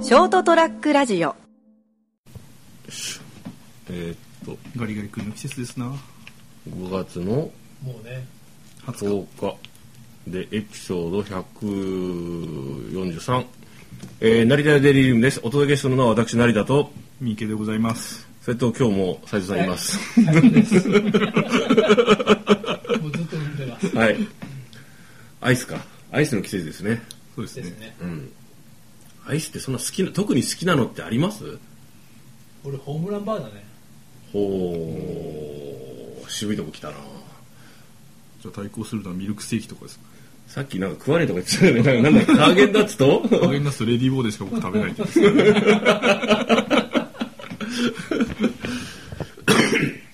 ショートトラックラジオえーっとガリガリ君の季節ですな。 5月のもうね。20 10日でエピソード143、えー、成田デリリウムですお届けするのは私成田と日、三池でございます。それと今日も斉藤さんいますもうずっと飲んでます。はいアイスかアイスの季節ですねそうですでね。すね。アイスってそんな好きな特に好きなのってあります俺、ホームランバーだね。ほう渋いとこ来たなじゃあ対抗するのはミルクステーキとかです。さっきなんか食わねえとか言ってたよねなんかなんだっけターゲンダッツとハ ーゲンダッツとレディーボーでしか僕食べない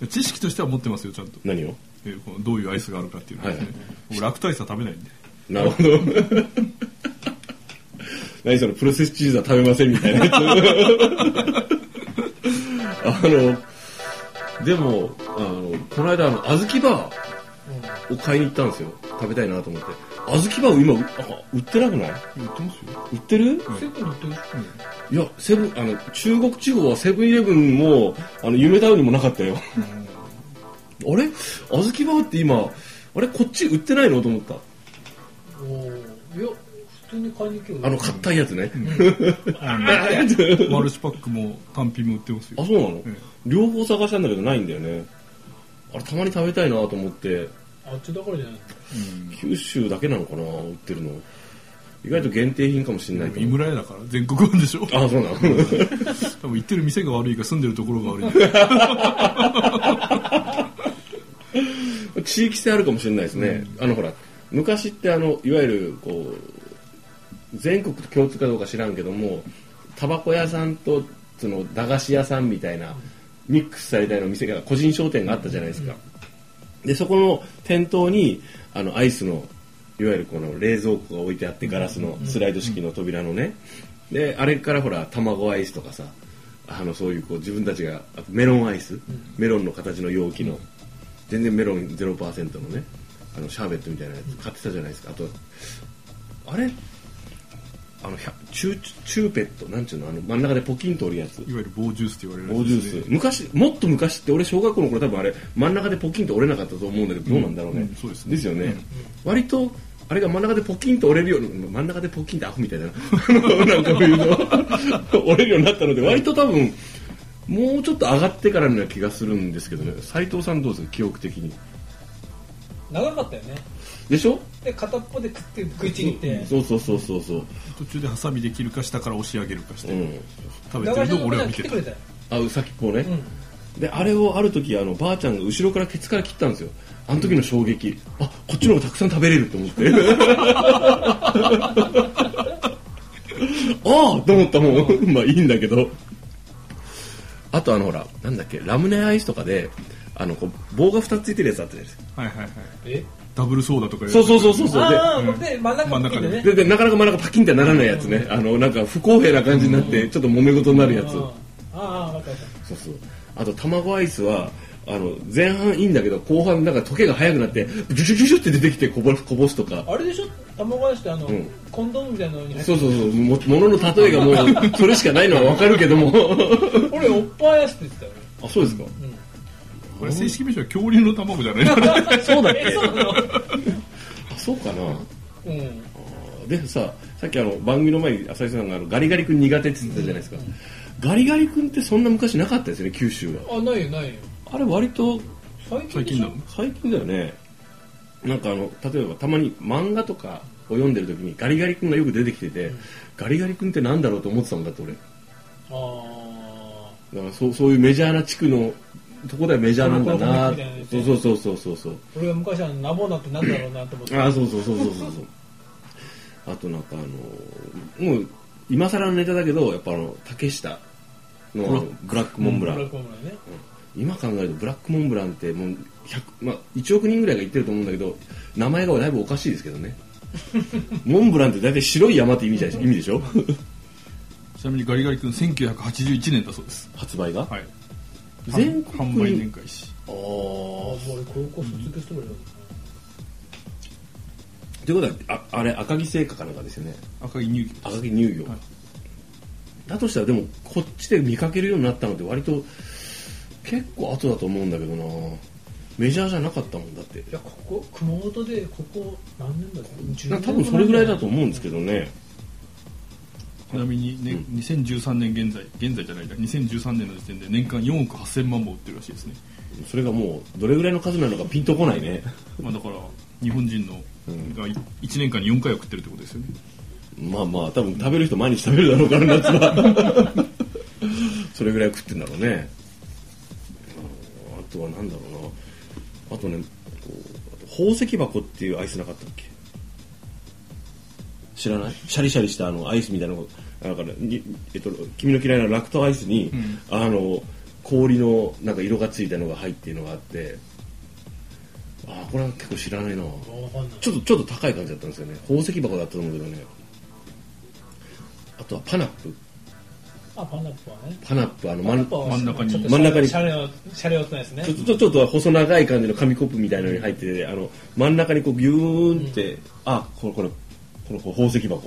です。知識としては持ってますよ、ちゃんと。何をえーこのどういうアイスがあるかっていうのはですね。はい僕、ラクタイスは食べないんで。なるほど。 何そのプロセスチーズは食べませんみたいなやつ。 あの、でも、あの、この間、あの、小豆バーを買いに行ったんですよ。食べたいなと思って。小豆バー今、あ売ってなくない売ってますよ。売ってるセブンに行ってるいや、セブン、あの、中国地方はセブンイレブンも、あの、夢タウンにもなかったよ。あれ小豆バーって今、あれこっち売ってないのと思った。おーいや、普通に買いに行けよ。あの、硬いやつね。 あのマルチパックも単品も売ってますあ、よ。そうなの、ん両方探したんだけどないんだよね。あれ、たまに食べたいなと思って、あっちだからじゃない。九州だけなのかな、売ってるの。意外と限定品かもしれないけ井ど。村屋だから全国版でしょあ、そうなの 多分行ってる店が悪いか住んでるところが悪いんで地域性あるかもしれないですね。あの、ほら、昔ってあの、いわゆる、こう、全国と共通かどうか知らんけども、タバコ屋さんと、その、駄菓子屋さんみたいな、ミックスされたような店が、個人商店があったじゃないですか。でそこの店頭にあのアイスのいわゆるこの冷蔵庫が置いてあってガラスのスライド式の扉のねであれからほら卵アイスとかさあのそういうこう自分たちがあとメロンアイスメロンの形の容器の全然メロン0%のねあのシャーベットみたいなやつ買ってたじゃないですかあとあれあのひゃチューチューペットなんちゅうのあの真ん中でポキンと折るやついわゆる棒ジュースって言われる棒ジュース昔もっと昔って俺小学校の頃多分あれ真ん中でポキンと折れなかったと思うんだけどどうなんだろうね、うんそうですねよね、うん割とあれが真ん中でポキンと折れるように真ん中でポキンってアホみたいだな あの なんかこういうの折れるようになったので割と多分もうちょっと上がってからのような気がするんですけどね斉藤さんどうですか記憶的に長かったよね。でしょで、片っぽで食って、食いちぎって。そうそうそうそうそう途中でハサミで切るか下から押し上げるかしうて、ん食べ駄て菓る子のを屋の俺おはば見ちゃてん切ってたくれたよ。あうさきっぽね、うん。であれをある時あのばあちゃんが後ろからケツから切ったんですよあの時の衝撃あこっちの方がたくさん食べれると思って ああと思ったもん まあいいんだけどあとあのほらなんだっけラムネアイスとかであのこう棒が2つついてるやつあったじゃないですかはいはいはいえダブルソーダとかそうそううそうそうそうでああ、で、真ん中に切ってね。ででなかなか真ん中パキンってならないやつねあのなんか不公平な感じになってちょっと揉め事になるやつああ、ああわかっそうそうあと卵アイスはあの前半いいんだけど後半なんか溶けが早くなってジュジュジュジュって出てきてこぼこぼすとかた。あれでしょ卵返して、あのん、コンドームみたいなのに入ってそうそうそうもものの例えがもうそれしかないのはわかるけども 俺、おっぱいやすって言ってたよ。あそうですかこれ正式名称は恐竜の卵じゃない 俺そうだっけえ そうなのあそうかなうん。でささっきあの番組の前に浅井さんがあのガリガリ君苦手って言ってたじゃないですか、ガリガリ君ってそんな昔なかったですよね九州はあ、ないよ、ないよ。あれ割と最近最でし近ょだもん最近だよねなんかあの例えばたまに漫画とかを読んでる時にガリガリ君がよく出てきてて、ガリガリ君ってなんだろうと思ってたんだって俺だかあらそうそういうメジャーな地区のとこではメジャーなんだなそうそうそうそうそうそうそうそうそうあ俺が昔あのナボナってなんだろうなと思ってああそうそうそうそうそうそう あとなんかあのもう今更のネタだけどやっぱあの竹下のあのブラックモンブラン、ブラックモンブランね今考えるとブラックモンブランってもう100、まあ、1億人ぐらいが言ってると思うんだけど名前がだいぶおかしいですけどねモンブランって大体白い山って意味じゃない意味でしょちなみにガリガリ君1981年だそうです発売が、はい全販国売に年開始あああもう俺高校卒業してもらえということはああれ赤城製菓かなんかですよね赤い乳牛赤城乳業、はいだとしたらでもこっちで見かけるようになったのって割と結構後だと思うんだけどなメジャーじゃなかったもんだっていやここ熊本でここ何年だっけ10な年多分それぐらいだと思思うんですけどねちなみに、ね2013年現在現在じゃないだ2013年の時点で年間4億8000万本売ってるらしいですね、それがもうどれぐらいの数なのかピンとこないねまあ、だから日本人のんが1年間に4回は食ってるってことですよねまあまあ多分食べる人毎日食べるだろうから夏 はそれぐらい食ってんだろうねあとは何だろうなあとねこうあと宝石箱っていうアイスなかったっけ知らないシャリシャリしたあのアイスみたいなのだからに、えっと、君の嫌いなラクトアイスに、んあの氷のなんか色がついたのが入っているのがあってああこれは結構知らないなう分かんないちょっとちょっと高い感じだったんですよね宝石箱だったと思うけどねあとはパナップあパンナップはねパナップあのパ真ンナんップは真ん中にちょっと真ん中にシャレオシャレオってないですねちょっとちょっと細長い感じの紙コップみたいなのに入っててあの真ん中にこうビューンって、あこれこれこのこの宝石箱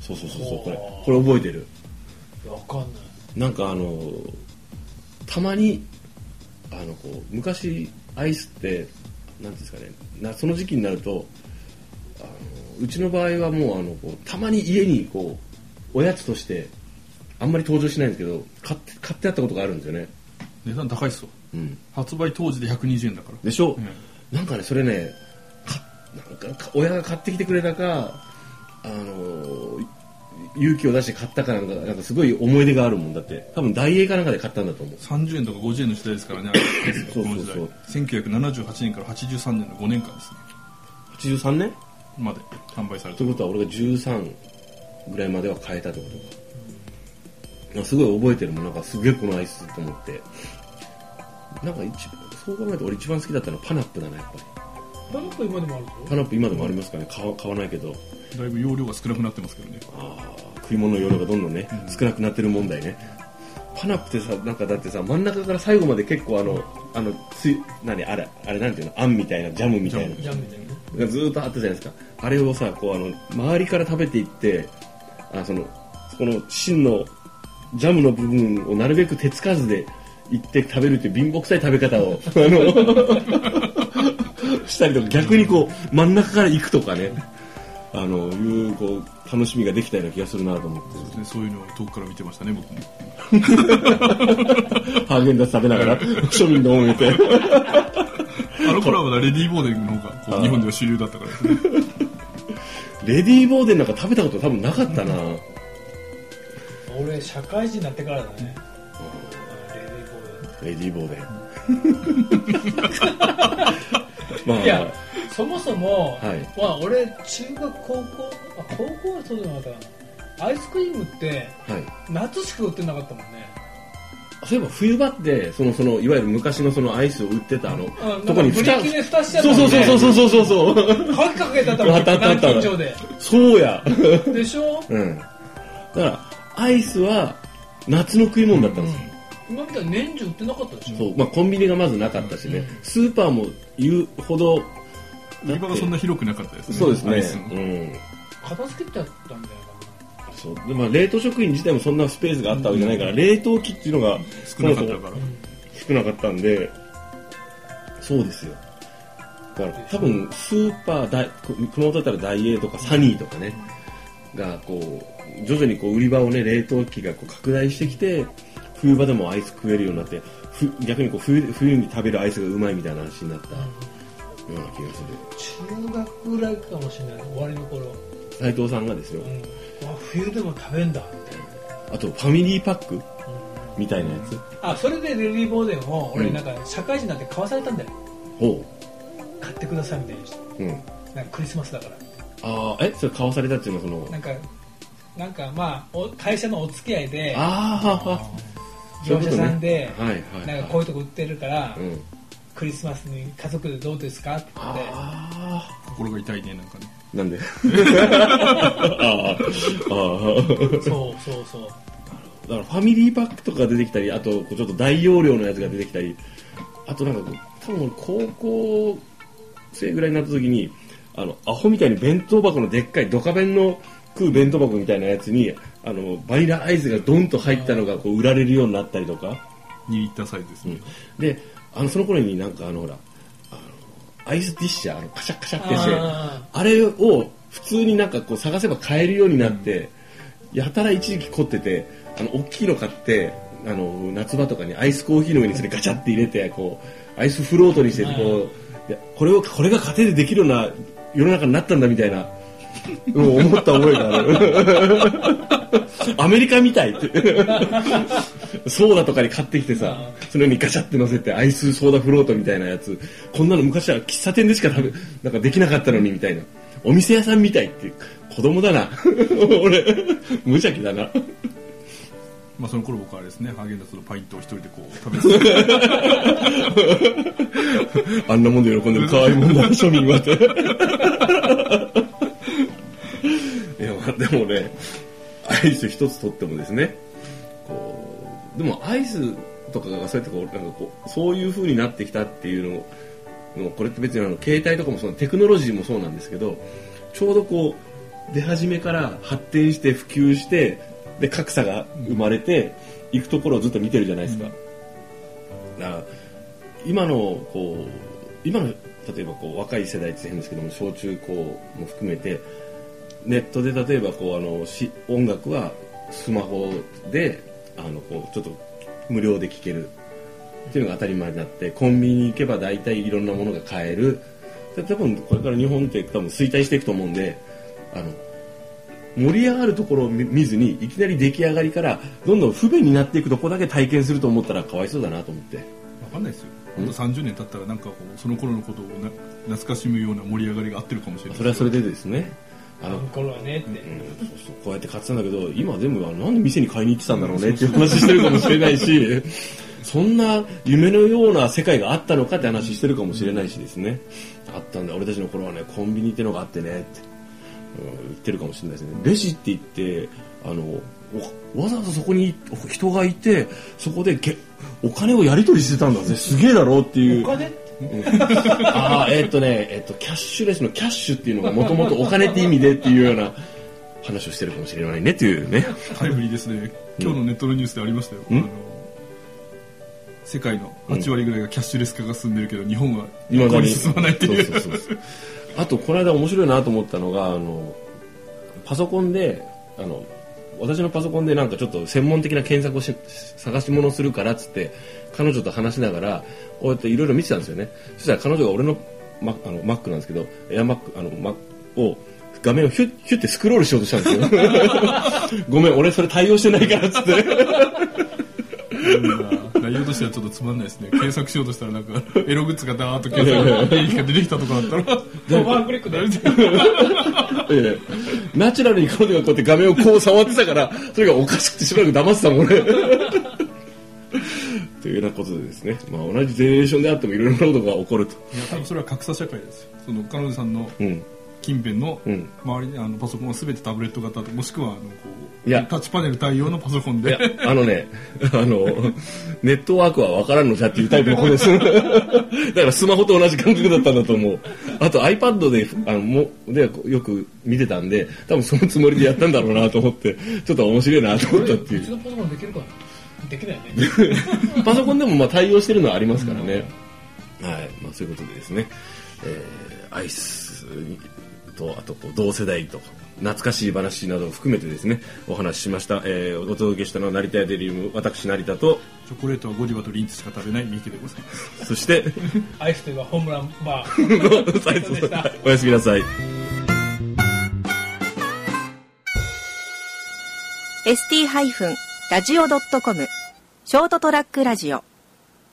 そうそうそうそうこれこれ覚えてるわかんないなんかあのたまにあのこう昔アイスってなんていうんですかねなその時期になるとあのうちの場合はもうあのこうたまに家にこうおやつとしてあんまり登場しないんですけど買って買ってあったことがあるんですよね、値段高いっすようん、発売当時で120円だからでしょ、うんなんかねそれねかなんかか親が買ってきてくれたかあのい勇気を出して買ったかなんかなんかすごい思い出があるもんだって多分ダイエーかなんかで買ったんだと思う30円とか50円の時代ですからね、 そうそうそうこの時代。1978年から83年の5年間ですね、 83年まで販売されとていうる。ことは俺が13ぐらいまでは変えたってことかなんかすごい覚えてるもんなんかすげえこのアイスと思ってなんか一番そう考えると俺一番好きだったのはパナップだなやっぱりパンナップ今でもあるぞパナップ今でもありますかね買わ買わないけどだいぶ容量が少なくなってますけどね。あー食い物の容量がどんどんね少なくなってる問題ねパナップってさなんかだってさ真ん中から最後まで結構あのあのつい何あれあれなんていうのあんみたいなジャムみたいなジャンみたいながずーっとあったじゃないですかあれをさこうあの周りから食べていってあそのそこの芯のジャムの部分をなるべく手つかずでいって食べるっていう貧乏くさい食べ方を あのしたりとか逆にこう真ん中から行くとかねあのいうこう楽しみができたような気がするなと思ってでそういうのを遠くから見てましたね、僕も。ハーゲンダッツ食べながら庶民の思いてあの頃はまだレディーボーデンの方がこあーう日本では主流だったからです ね。レディーボーデンなんか食べたこと多分なかったな、俺社会人になってからだねレディーボーイレディーボーデンまあいや、そもそも、はいまあ、俺、中学、高校、あ高校はそうでもなかったなアイスクリームって、はい夏しか売ってなかったもんね。そういえば冬場ってそのそのいわゆる昔のそのアイスを売ってたあのあとこになんかブリキで蓋してあったそもうんそねうそうそうそうそうそう鍵かけてあったあもんったあったあった南京錠で。そうやでしょうんだからアイスは夏の食い物だったんですよ、今みたいに年中売ってなかったでしょそうまあ、コンビニがまずなかったしね、うんスーパーも言うほど売り場がそんな広くなかったですね。そうですアイスのね、うん、片付けてあったんだよそうでまあ、冷凍食品自体もそんなスペースがあったわけじゃないから、冷凍機っていうのが少なかったから。少なかったんでそうですよだから多分スーパー大熊本だったらダイエーとかサニーとかねがこう徐々にこう売り場をね冷凍機がこう拡大してきて冬場でもアイス食えるようになってふ逆にこう冬冬に食べるアイスがうまいみたいな話になったような気がするな。中学ぐらいかもしれない、終わりの頃。斉藤さんがですようん。あ冬でも食べんだ、みたいあとファミリーパックな。うんみたいなやつあ、それでレディーボーデンを、う俺んなんか、社会人になって買わされたんだよ。ほ買ってください、みたいにして。う、うん、なんかクリスマスだから。ああえそれ買わされたっていうのはそのなんか、なんかまあ、お会社のお付き合いで、ああ業者さんで、はいはいはいなんかこういうとこ売ってるから、うんクリスマスに家族でどうですかって言って、あ心が痛いね、なんかね。あ なんであーあーそうそうそう。だからファミリーパックとか出てきたりあとこうちょっと大容量のやつが出てきたりあとなんかこう多分俺高校生ぐらいになった時にあのアホみたいに弁当箱のでっかいドカ弁の食う弁当箱みたいなやつにあのバニラアイスがドンと入ったのがこう売られるようになったりとか2リッターサイズですね、であのその頃になんかあのほらあのアイスディッシャーあのカシャカシャってしてああれを普通になんかこう探せば買えるようになって、やたら一時期凝っててあの大きいの買ってあの夏場とかにアイスコーヒーの上にそれガチャって入れてこうアイスフロートにしてこう、いやこれをこれが家庭でできるような世の中になったんだみたいなうん思った覚えがある アメリカみたいってソーダとかに買ってきてさそのようにガチャって乗せてアイスソーダフロートみたいなやつこんなの昔は喫茶店でしか食べ なんかできなかったのにみたいなお店屋さんみたいって子供だな 俺無邪気だなまあ、その頃僕はあれですねハーゲンダッツのパイントを一人でこう食 べてたあんなもんで喜んでる可愛いもんだな庶民はって いやまあでもねアイス一つとってもですねこうでもアイスとかがそうやってこうなんかこうそういう風になってきたっていうのをこれって別にあの携帯とかもそうテクノロジーもそうなんですけどちょうどこう出始めから発展して普及してで格差が生まれていくところをずっと見てるじゃないですか。だから今のこう今の例えばこう若い世代って変ですけども小中高も含めてネットで例えばこうあのし音楽はスマホであのこうちょっと無料で聴けるっていうのが当たり前になってコンビニに行けば大体いろんなものが買えるで多分これから日本って多分衰退していくと思うんであの盛り上がるところを見見ずにいきなり出来上がりからどんどん不便になっていくとこだけ体験すると思ったらかわいそうだなと思って。わかんないですよあと30年経ったらなんかこうその頃のことをな懐かしむような盛り上がりが合ってるかもしれないそれはそれでですねあの、の頃はねって、そうそうこうやって買ってたんだけど今全部あのなんで店に買いに行ってたんだろうねっていう話してるかもしれないし そんな夢のような世界があったのかって話してるかもしれないしですねあったんだ俺たちの頃はねコンビニってのがあってねって、うん、言ってるかもしれないですねレジって言ってあのおわざわざそこに人がいてそこでけお金をやり取りしてたんだぜすげえだろうっていうお金ってああ、えーっとね、えーっと、キャッシュレスのキャッシュっていうのがもともとお金って意味でっていうような話をしてるかもしれないねっていう ね。タイムリーですね今日のネットのニュースでありましたよ、んあの世界の8割ぐらいがキャッシュレス化が進んでるけど日本は一未向だに進まないっていうそうそうそうそうあと、この間面白いなと思ったのが、あの、パソコンで、あの、私のパソコンでなんかちょっと専門的な検索をし探し物をするからっつって彼女と話しながらこうやっていろいろ見てたんですよねそしたら彼女が俺のマあの Mac なんですけどエアマックあの Mac を画面をヒュッヒュッてスクロールしようとしたんですよ ごめん俺それ対応してないからっつってうん内容としてはちょっとつまんないですね検索しようとしたら なんかエログッズがダーッと検索利益が出てきたとかだったらワンクリックでええナチュラルに彼女がこうやって画面をこう触ってたから、それがおかしくてしばらく黙ってたもんね。 というようなことでですね、まあ、同じゼネレーションであってもいろいろなことが起こると。いや多分それは格差社会ですよその彼女さんのうん。近辺のうん周りにあのパソコンは全てタブレット型もしくはあのこういやタッチパネル対応のパソコンいやで、あのね、あの、ネットワークは分からんのじゃっていうタイプの子です。 だからスマホと同じ感覚だったんだと思う。あと iPad で、あの、も、で、よく見てたんで、多分そのつもりでやったんだろうなと思って、ちょっと面白いなと思ったっていううち。のパソコンできるかなできないよね パソコンでもまあ対応してるのはありますからね。はい。まあそういうことでですね。えーアイスと、あとこう同世代とか、懐かしい話などを含めてですね、お話ししました。えーお届けしたのは成田やデリウム、私成田と、チョコレートはゴディバとリンツしか食べないミキでございますそして、アイスといえばホームランバー斉藤さんおやすみなさい。 ST-radio.com ショートトラックラジオ